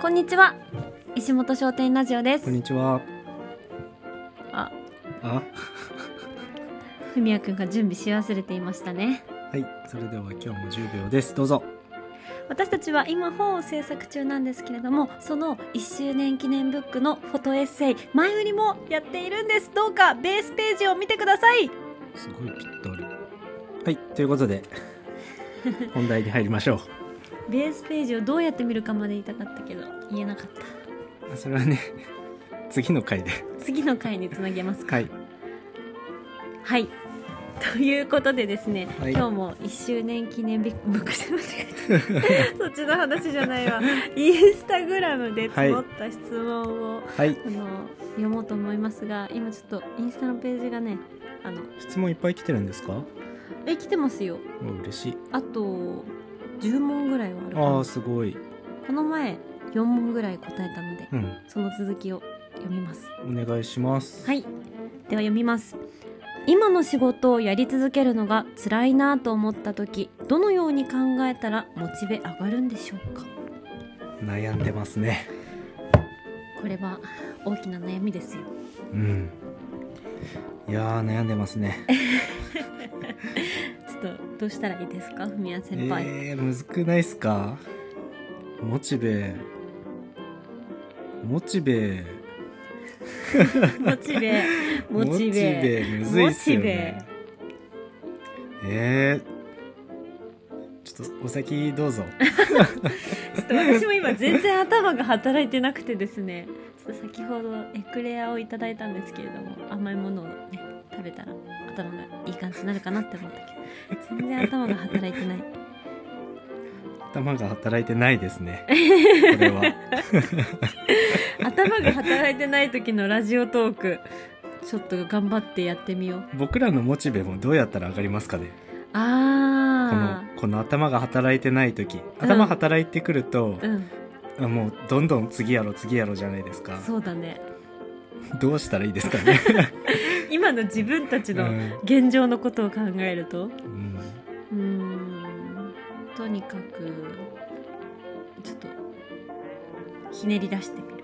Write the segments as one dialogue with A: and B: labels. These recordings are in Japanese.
A: こんにちは石本商店ラジオで
B: こん
A: す
B: にちは。
A: あ
B: あ、
A: ふみやくんが準備し忘れていましたね
B: はい。それでは今日も10秒です。どうぞ。
A: 私たちは今本を制作中なんですけれどもその1周年記念ブックのフォトエッセイ前売りもやっているんですどうかベースページを見てください
B: すごいぴったり。はい。とい うことで、本題に入りましょ
A: ベースページをどうやって見るかまで言いたかったけど言えなかった
B: う。それはね、次の回で。
A: 次の回につなげますか
B: はい。
A: はいということでですね、
B: はい
A: 今日も1周年記念ビッグ そっちの話じゃない わインスタグラムで募った質問を、
B: はい。
A: あの読もうと思いますが今ちょっとインスタのページがねあの
B: 質問いっぱい来てるんですか
A: え来てますよ
B: お嬉しい。
A: あと10問ぐらいはあるか
B: あ
A: な
B: あ、すごい。
A: この前4問ぐらい答えたので
B: うん。
A: その続きを読みます
B: お願いします。。
A: はいい、では読みます。今の仕事をやり続けるのが辛いなと思った時、どのように考えたらモチベ上がるんでしょうか。
B: 悩んでますね。
A: これは大きな悩みですよ。
B: うん。いやー、悩んでますね。
A: ちょっとどうしたらいいですか、ふみや先輩。
B: えー、むずくないっすかモチベモチベ
A: モチ ベ、モチベ。
B: モチベむずいっすよねえー、ちょっとお先ど うぞ
A: ちょっと私も今全然頭が働いてなくてですね。ちょっと先ほどエクレアをいただいたんですけれども、甘いものをね食べたら頭がいい感じになるかなって思ったけど、全然頭が働いてない。
B: 頭が働いてないですねこれは
A: 頭が働いてない時のラジオトークちょっと頑張ってやってみよう
B: 僕らのモチベもどうやったら上がりますかねこの
A: あ
B: この頭が働いてない時頭働いてくると
A: ー、うん
B: あもうどんどん次やろ次やろじゃないですか
A: そうだね
B: どうしたらいいですか ね、
A: 今の自分たち
B: う
A: の
B: ん
A: 現状のことを考えると
B: う
A: う
B: ん
A: ーんとにかくちょっとひねり出してみる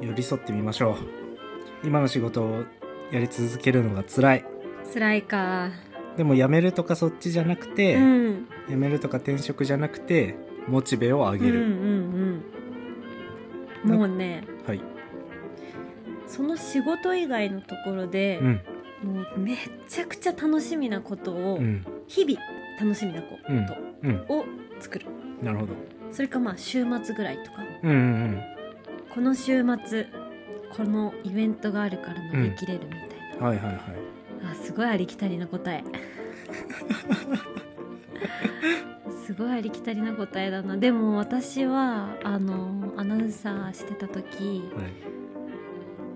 B: 寄り添ってみましょう今の仕事をやり続けるのが辛い
A: 辛いか
B: でも辞めるとかそっちじゃなくて、
A: うん
B: 辞めるとか転職じゃなくてモチベを
A: うん
B: 上
A: う
B: げ
A: ん
B: る、
A: うんもうね
B: はい、
A: その仕事以外のところで、
B: うん
A: もうめっちゃくちゃ楽しみなことを、
B: うん
A: 日々楽しみなこと
B: うん
A: を作る、
B: なるほど
A: それかまあ週末ぐらいとか
B: うんうん
A: この週末このイベントがあるから
B: う
A: 乗
B: ん
A: り切れるみたい
B: うんはいはいはい
A: な、あすごいありきたりな答え すごいありきたりな答えだなでも私はあのアナウンサーしてた時
B: はい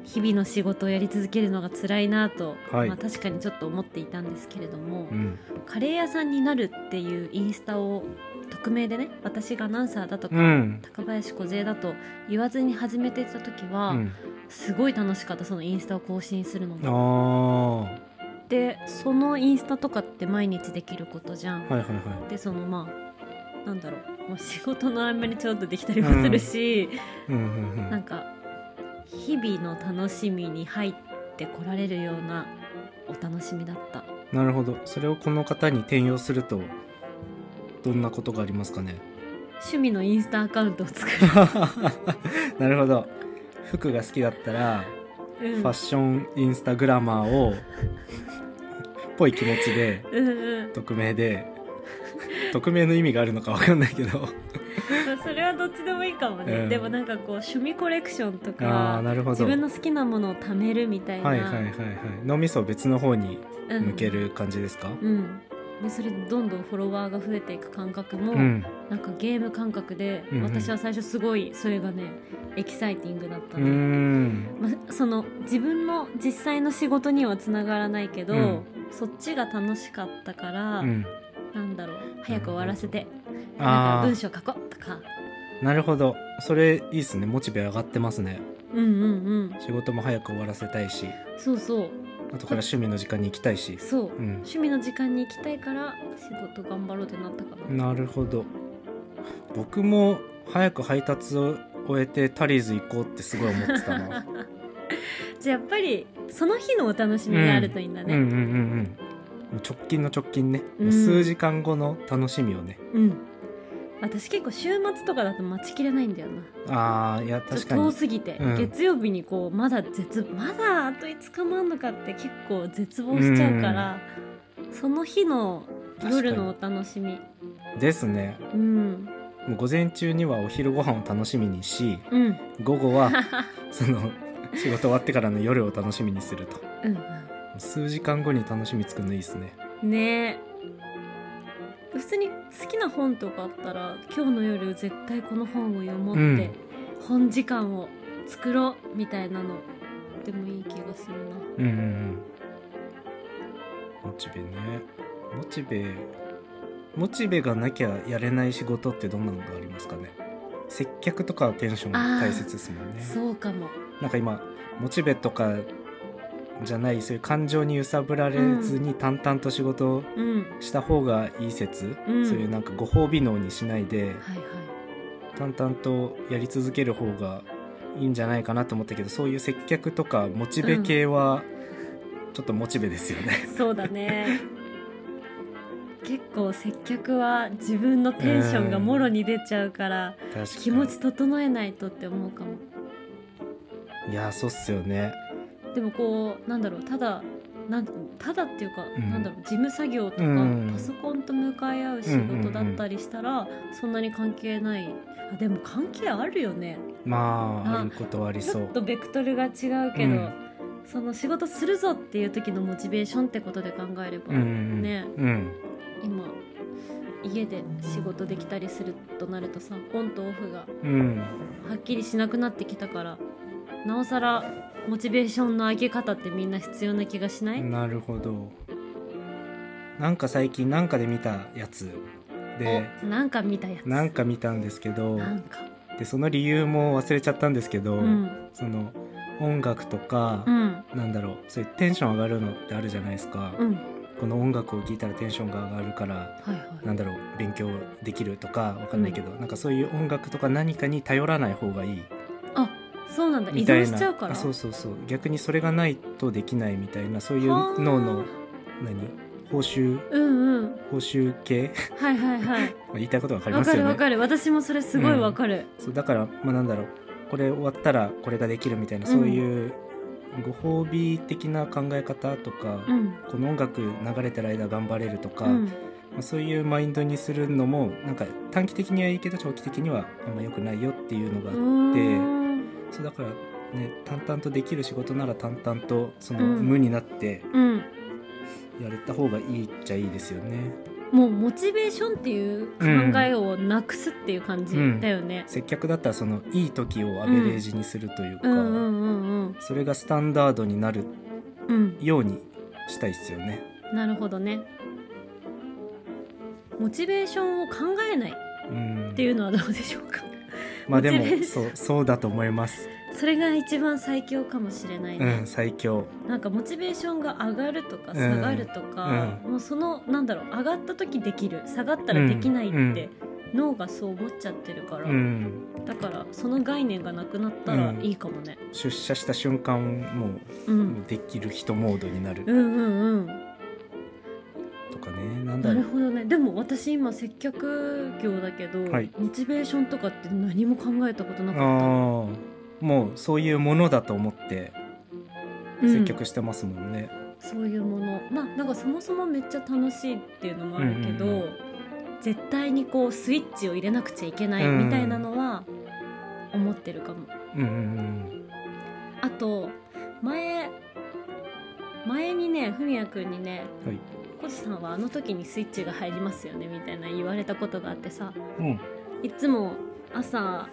A: 日々の仕事をやり続けるのが辛いなと、
B: はい
A: まあ、確かにちょっと思っていたんですけれども、
B: うん
A: カレー屋さんになるっていうインスタを匿名でね私がアナウンサーだとか、
B: うん
A: 高林小だと言わずに始めてた時は、
B: うん
A: すごい楽しかったそのインスタを更新するの
B: あ
A: も
B: あは
A: でそのインスタとかって毎日できることじゃん、
B: いはいは
A: でそのまあなんだろうもう仕事の合間にちょっとできたりもするし、
B: いうんうんう
A: なん
B: ん
A: か日々の楽しみに入ってこられるようなお楽しみだった
B: なるほどそれをこの方に転用するとどんなことがありますかね
A: 趣味のインスタアカウントを作る、
B: なるほど服が好きだったら
A: うん
B: ファッションインスタグラマーをっぽい気持 ちで
A: うんうん
B: 匿名で匿名の意味があるのかわかんないけど
A: まあそれはどっちでもいいかもね、
B: うん
A: でもなんかこう趣味コレクションと
B: ああ
A: か
B: なるほ
A: 自
B: ど
A: 分の好きなものを貯めるみたいな、
B: はいはいはいはい脳みそを別の方に
A: うん
B: 向ける感じですか
A: うんでそれでどんどんフォロワーが増えていく感覚も、
B: うん、
A: なんかゲーム感覚で、
B: うんうん
A: 私は最初すごいそれがねエキサイティングだった
B: うー
A: の、
B: ん
A: まあ、その自分の実際の仕事にはつながらないけど、
B: うん
A: そっちが楽しかったから、
B: うん
A: なんだろう早く終わらせて、なんか
B: あ
A: 文章書こうとか
B: あなるほどそれいいっすねモチベ上がってますね
A: うんうんうん
B: 仕事も早く終わらせたいし
A: そうそう
B: 後から趣味の時間に行きたいし
A: そう
B: うん
A: 趣味の時間に行きたいから仕事頑張ろうってなったかな、
B: なるほど僕も早く配達を終えてタリーズ行こうってすごい思ってた な
A: じゃあやっぱりその日のお楽しみがあるといいんだ
B: うんうん
A: ね
B: うんうんもう直近の直近ね、
A: うん
B: もう数時間後の楽しみをね
A: うん、私結構週末とかだと待ちきれないんだよな
B: あーいや
A: ちょっ
B: 確
A: と
B: か
A: 遠
B: に
A: すぎて、
B: うん
A: 月曜日にこうまだ絶まだあと5日もあんのかって結構絶望しちゃうから、その日の夜のお楽しみ
B: ですね
A: うん
B: もう午前中にはお昼ご飯を楽しみにし
A: うんうん
B: 午 後はその仕事終わってからの夜を楽しみにすると数時間後に楽しみつくのいいですね
A: うんねえ普通に好きな本とかあったら今日の夜絶対この本を読もうって、
B: うん
A: 本時間を作ろうみたいなのでもいい気がするな
B: うんうんうんモチベねモチベモチベがなきゃやれない仕事ってどんなのがありますかね接客とかはテンション大切ですもんね
A: そうかも
B: なんか今モチベとかじゃないそういう感情に揺さぶられずに淡々と仕事を
A: うん
B: した方がいい説、
A: うん
B: そういうなんかご褒美能にしない
A: は
B: で
A: いはい
B: 淡々とやり続ける方がいいんじゃないかなと思ったけどそういう接客とかモチベ系はちょっとモチベですよね。
A: そうだ ね結構接客は自分のテンションがもろに出ちゃうから
B: 確かに
A: 気持ち整えないとって思うかも
B: いやそうっすよね。
A: でもこうなんだろうただなんただっていうか、
B: うん
A: なんだろう事務作業とか、
B: うん
A: パソコンと向かい合う仕事だったりしたら、そんなに関係ないあでも関係あるよね
B: まあ
A: あ
B: あることはあり
A: ち
B: そ
A: ょ
B: う
A: っ。とベクトルが違うけど、
B: うん
A: その仕事するぞっていう時のモチベーションってことで考えれば、
B: うんうん
A: ね
B: うん
A: 今家で仕事できたりするとなるとさオンとオフが
B: うん
A: はっきりしなくなってきたからなおさらモチベーションの上げ方ってみんな必要な気がしない、
B: なるほど。なんか最近なんかで見たやつで
A: おなんか見たやつ
B: なんか見たんですけど
A: なんか
B: でその理由も忘れちゃったんですけど、
A: うん
B: その音楽とか
A: う、ん
B: なんだろうそういうテンション上がるのってあるじゃないですか。
A: うん
B: この音楽を聴いたらテンションが上がるから
A: はい
B: な
A: は
B: んだろう勉強できるとかわかんないけど、なんかそういう音楽とか何かに頼らない方がいい
A: いそうなんだ依
B: みたい
A: 存
B: な
A: しちゃうから
B: あそうそうそう逆にそれがないとできないみたいなそういう脳
A: は
B: の何報酬
A: あうんうん
B: 報酬系
A: はいはいはい
B: まあ言いたいことわかり
A: わ
B: ます
A: か
B: よね
A: るわかる私もそれすごいわかる、
B: そうだからまあなんだろうこれ終わったらこれができるみたいな、そういうご褒美的な考え方とか、
A: うん
B: この音楽流れてる間頑張れるとか、
A: うん
B: まあ、そういうマインドにするのもなんか短期的にはいいけど長期的にはあんま良くないよっていうのがあって、
A: うん
B: そうだからね淡々とできる仕事なら淡々とその
A: うん
B: 無になって
A: うん
B: やれた方がいいっちゃいいですよね。
A: もうモチベーションっていう考えをなくすっていう感じだよね。
B: 接客だったらそのいい時をアベレージにするというか、
A: うんうんうんうん
B: それがスタンダードになる
A: うん。
B: ようにしたいっすよね。
A: なるほどね。モチベーションを考えないっ
B: うん、
A: ていうのはどうでしょうか。
B: まあで
A: モチベー
B: も
A: ショ
B: そうそうだと思います。
A: それが一番最強かもしれないうね
B: ん。最強。
A: なんかモチベーションが上がるとか
B: ん
A: 下がるとか、もうそのなんだろう上がった時できる下がったらできないって。
B: うんうん
A: 脳がそう思っちゃってるから、
B: うん
A: だからその概念がなくなったらいいかもね。
B: 出社した瞬間もう
A: うん
B: できる人モードにな
A: う
B: る
A: んうんうん
B: とかねなんだ
A: な
B: ろ
A: る
B: う
A: ほどねでも私今接客業だけど、
B: はい
A: モチベーションとかって何も考えたことな
B: あ
A: かっ
B: ーもうそういうものだと思って
A: た、うん
B: 接客してますもんね、
A: そういうものまあなんかそもそもめっちゃ楽しいっていうのもあるけど、
B: うんうんう
A: 絶対にこうスイッチを入れなくちゃいけないみたいなのは思ってるかも、
B: うん、うん
A: あと前前にねふみやくんにね
B: うんはい
A: 「コジさんはあの時にスイッチが入りますよね」みたいな言われたことがあってさ
B: うん
A: いつも朝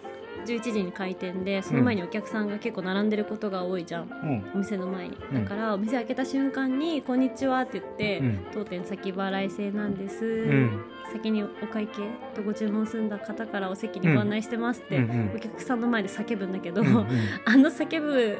A: 11時に開店でその前にお客さんが結構並んでることが多いじゃん、
B: うん
A: お店の前に
B: う
A: だ
B: ん
A: からお店開けた瞬間に「こんにちは」って言って「
B: うん
A: 当店先払い制なんです、
B: うん
A: 先にお会計とご注文済んだ方からお席にご案内してます」って、
B: うんうん
A: お客さんの前で叫ぶんだけど、
B: うんうん
A: あの叫ぶ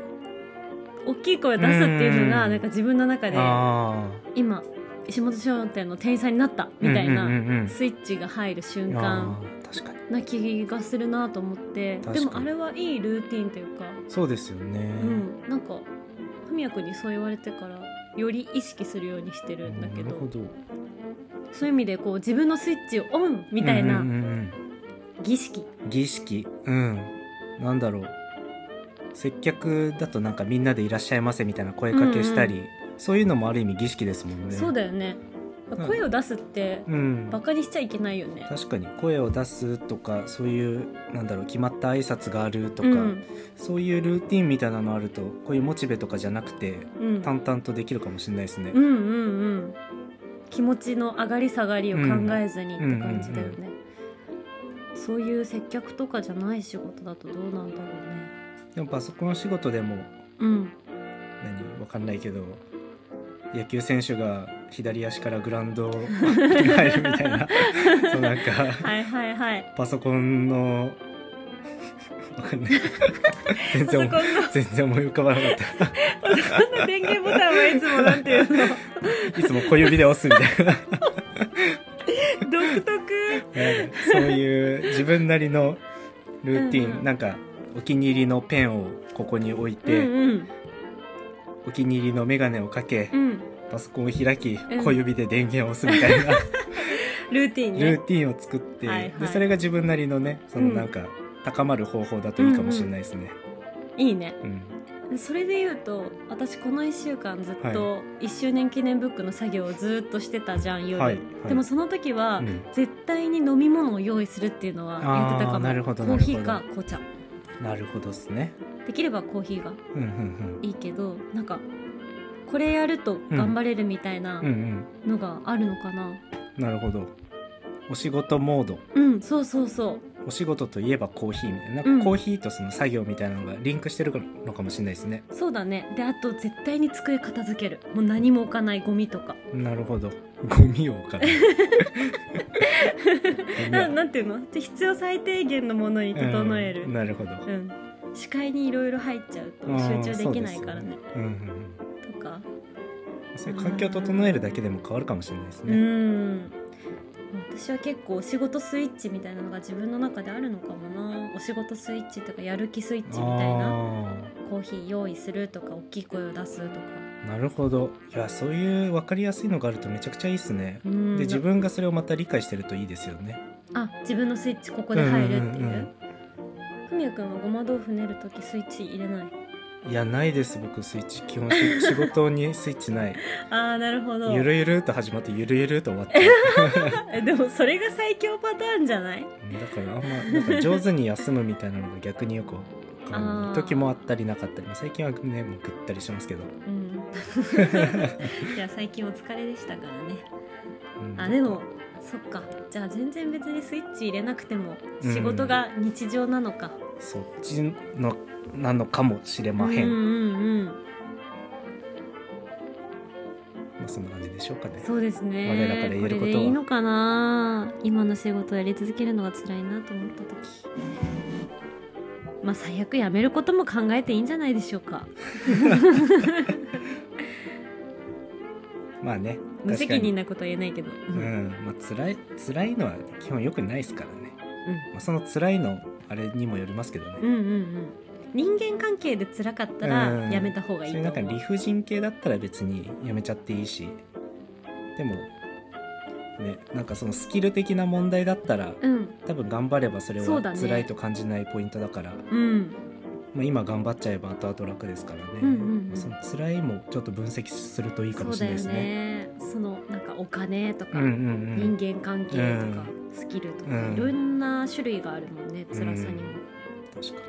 A: 大きい声を出すっていうのが
B: うん
A: なんか自分の中で
B: あ
A: 今石本商店の店員さんになった
B: ー
A: みたい
B: うんうん
A: な
B: うんうん
A: スイッチが入る瞬間
B: あー確かに
A: な気がするなと思って
B: 確か
A: で
B: に
A: もあれはいいルーティンというか、
B: そうですよね、
A: うんなんか文也君にそう言われてからより意識するようにしてるんだけ
B: な
A: ど
B: るほど
A: そういう意味でこう自分のスイッチをオンみたい
B: うんう
A: なん
B: うん
A: 儀式、
B: うん儀式うんなんだろう接客だとなんかみんなでいらっしゃいませみたいな声かけしたり、そういうのもある意味儀式ですもんね
A: そうだよね
B: ん
A: 声を出すって
B: うん
A: バカにしちゃいけないよね、
B: 確かに声を出すとかそういうなんだろう決まった挨拶があるとか、
A: うん
B: そういうルーティンみたいなのあるとこういうモチベとかじゃなくて
A: うん、
B: 淡々とできるかもしれないですね
A: う。んうんうん気持ちの上がり下がりを考えずにって感じだよね、
B: うん
A: そういう接客とかじゃない仕事だとどうなんだろうね
B: でもパソコン仕事でも
A: うん
B: 何わかんないけど野球選手が左足からグラウンド に入るみたいなそうなんか
A: はいはいはい
B: パソコンのわかんない全
A: パソコンの
B: 然全然思い浮かばなかっ
A: パソコンの電源ボタンはいつもなんて いうの
B: たいつも小指で押すみたいな。
A: 独特
B: ねそういう自分なりのルーティン
A: うんうん
B: なんかお気に入りのペンをここに置いて、
A: うん
B: お気に入りの眼鏡をかけ、
A: うんうん
B: パソコンを開き、
A: うん
B: 小指で電源を押すみたいな
A: ルーティン
B: ル
A: ね
B: ーティンを作って、
A: はいはい
B: でそれが自分なりのねそのなんか高まる方法だといいかもしれないですね。
A: いいね
B: うん
A: それで言うと私この1週間ずっと1周年記念ブックの作業をずっとしてたじゃん夜、
B: はいはい
A: でもその時は、
B: うん
A: 絶対に飲み物を用意するっていうのはやってたか
B: あ
A: も
B: ーなるほど
A: コーヒー
B: な
A: か
B: る
A: 紅茶
B: なるほどですね。
A: できればコーヒーが
B: うんうん
A: いいけどなんかこれやると頑張れるみたいな
B: うんうん
A: のがあるのかな
B: うんなるほど。お仕事モード
A: うん、そうそうそう
B: お仕事といえばコーヒーみたいな
A: う
B: なん
A: ん
B: かコーヒーとその作業みたいなのがリンクしてるのかもしれないですね。
A: そうだねであと絶対に机片付けるもう何も置かないゴミとか
B: なるほど。ゴミを 置かない。ゴミ
A: な
B: を
A: なんていうので必要最低限のものに整える
B: うんなるほど。
A: うん、視界にいろいろ入っちゃうと集中できないからね
B: あー。そうですようんうん
A: とか
B: うん。それ環境を整えるだけでも変わるかもしれないです
A: う
B: ね。
A: ん私は結構仕事スイッチみたいなのが自分の中であるのかもなお仕事スイッチとかやる気スイッチみたいな
B: あ
A: コーヒー用意するとか大きい声を出すとか、
B: ーなるほど。いやそういう分かりやすいのがあるとめちゃくちゃいいですね。
A: うん
B: で自分がそれをまた理解してるといいですよね。
A: あ自分のスイッチここで入るってい
B: うんうんうんう
A: うんふみやくんはごま豆腐練る時スイッチ入れない
B: いやないです僕スイッチ基本し 仕事にスイッチない。
A: あーなるほど
B: ゆるゆると始まってゆるゆると終わって。
A: えでもそれが最強パターンじゃない
B: うんだからあんまなんか上手に休むみたいなのが逆によくわかんな
A: あー
B: い時もあったりなかったりまあ最近はねもうぐったりしますけど、
A: うん いや最近お疲れでしたからね
B: うん
A: あでもそっかじゃあ全然別にスイッチ入れなくても仕事が日常なのか、
B: そっちのなのかもしれまへん、
A: うんうんうん
B: まあ、そんな感じでしょうかね
A: そうですね
B: 我らから言えることは
A: れでいいのかな今の仕事をやり続けるのが辛いなと思った時まあ最悪やめることも考えていいんじゃないでしょうか
B: まあね
A: 無責任
B: な
A: なことは言えないけど、
B: う
A: うん
B: んまあ辛い辛いのは基本良くないですからね、まあ、その辛いのあれにもよりますけど
A: う
B: ね、
A: んうんうん人間関係で辛かった
B: う
A: ら
B: ん
A: やめた方がいい
B: そ
A: と
B: れ
A: 思
B: な
A: うん
B: か理不尽系だったら別にやめちゃっていいしでもねなんかそのスキル的な問題だったら
A: うん
B: 多分頑張ればそれ
A: そう
B: は
A: だね
B: 辛いと感じないポイントだから
A: うん
B: まあ、今頑張っちゃえば後々楽ですからね、
A: うんうんうん
B: その辛いもちょっと分析するといいか
A: そ
B: も
A: う
B: し
A: だ
B: れ
A: よ
B: ないですね。
A: ねそのなんかお金とか、
B: うんうんうん、
A: 人間関係とか、スキルとか、
B: うん
A: いろんな種類があるもんね辛さにも、
B: 確か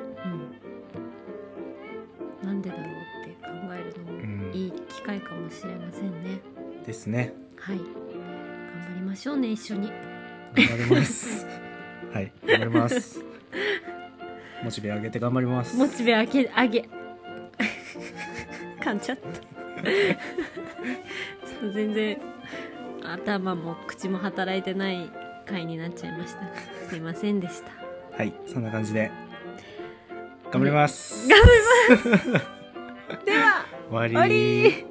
A: うんなんでだろうって考えるの
B: に、う
A: も
B: ん、
A: いい機会かもしれませんね、
B: ですね。
A: はい頑張りましょうね一緒に
B: 頑張ります。 はい、頑張ります。モチベ上げて頑張ります。
A: モチベ上げ上げ 噛んじゃった ちょっと全然頭も口も働いてない回になっちゃいましたすいませんでした
B: はい、そんな感じで頑張ります。
A: 頑張りますでは
B: 終わり
A: 終わり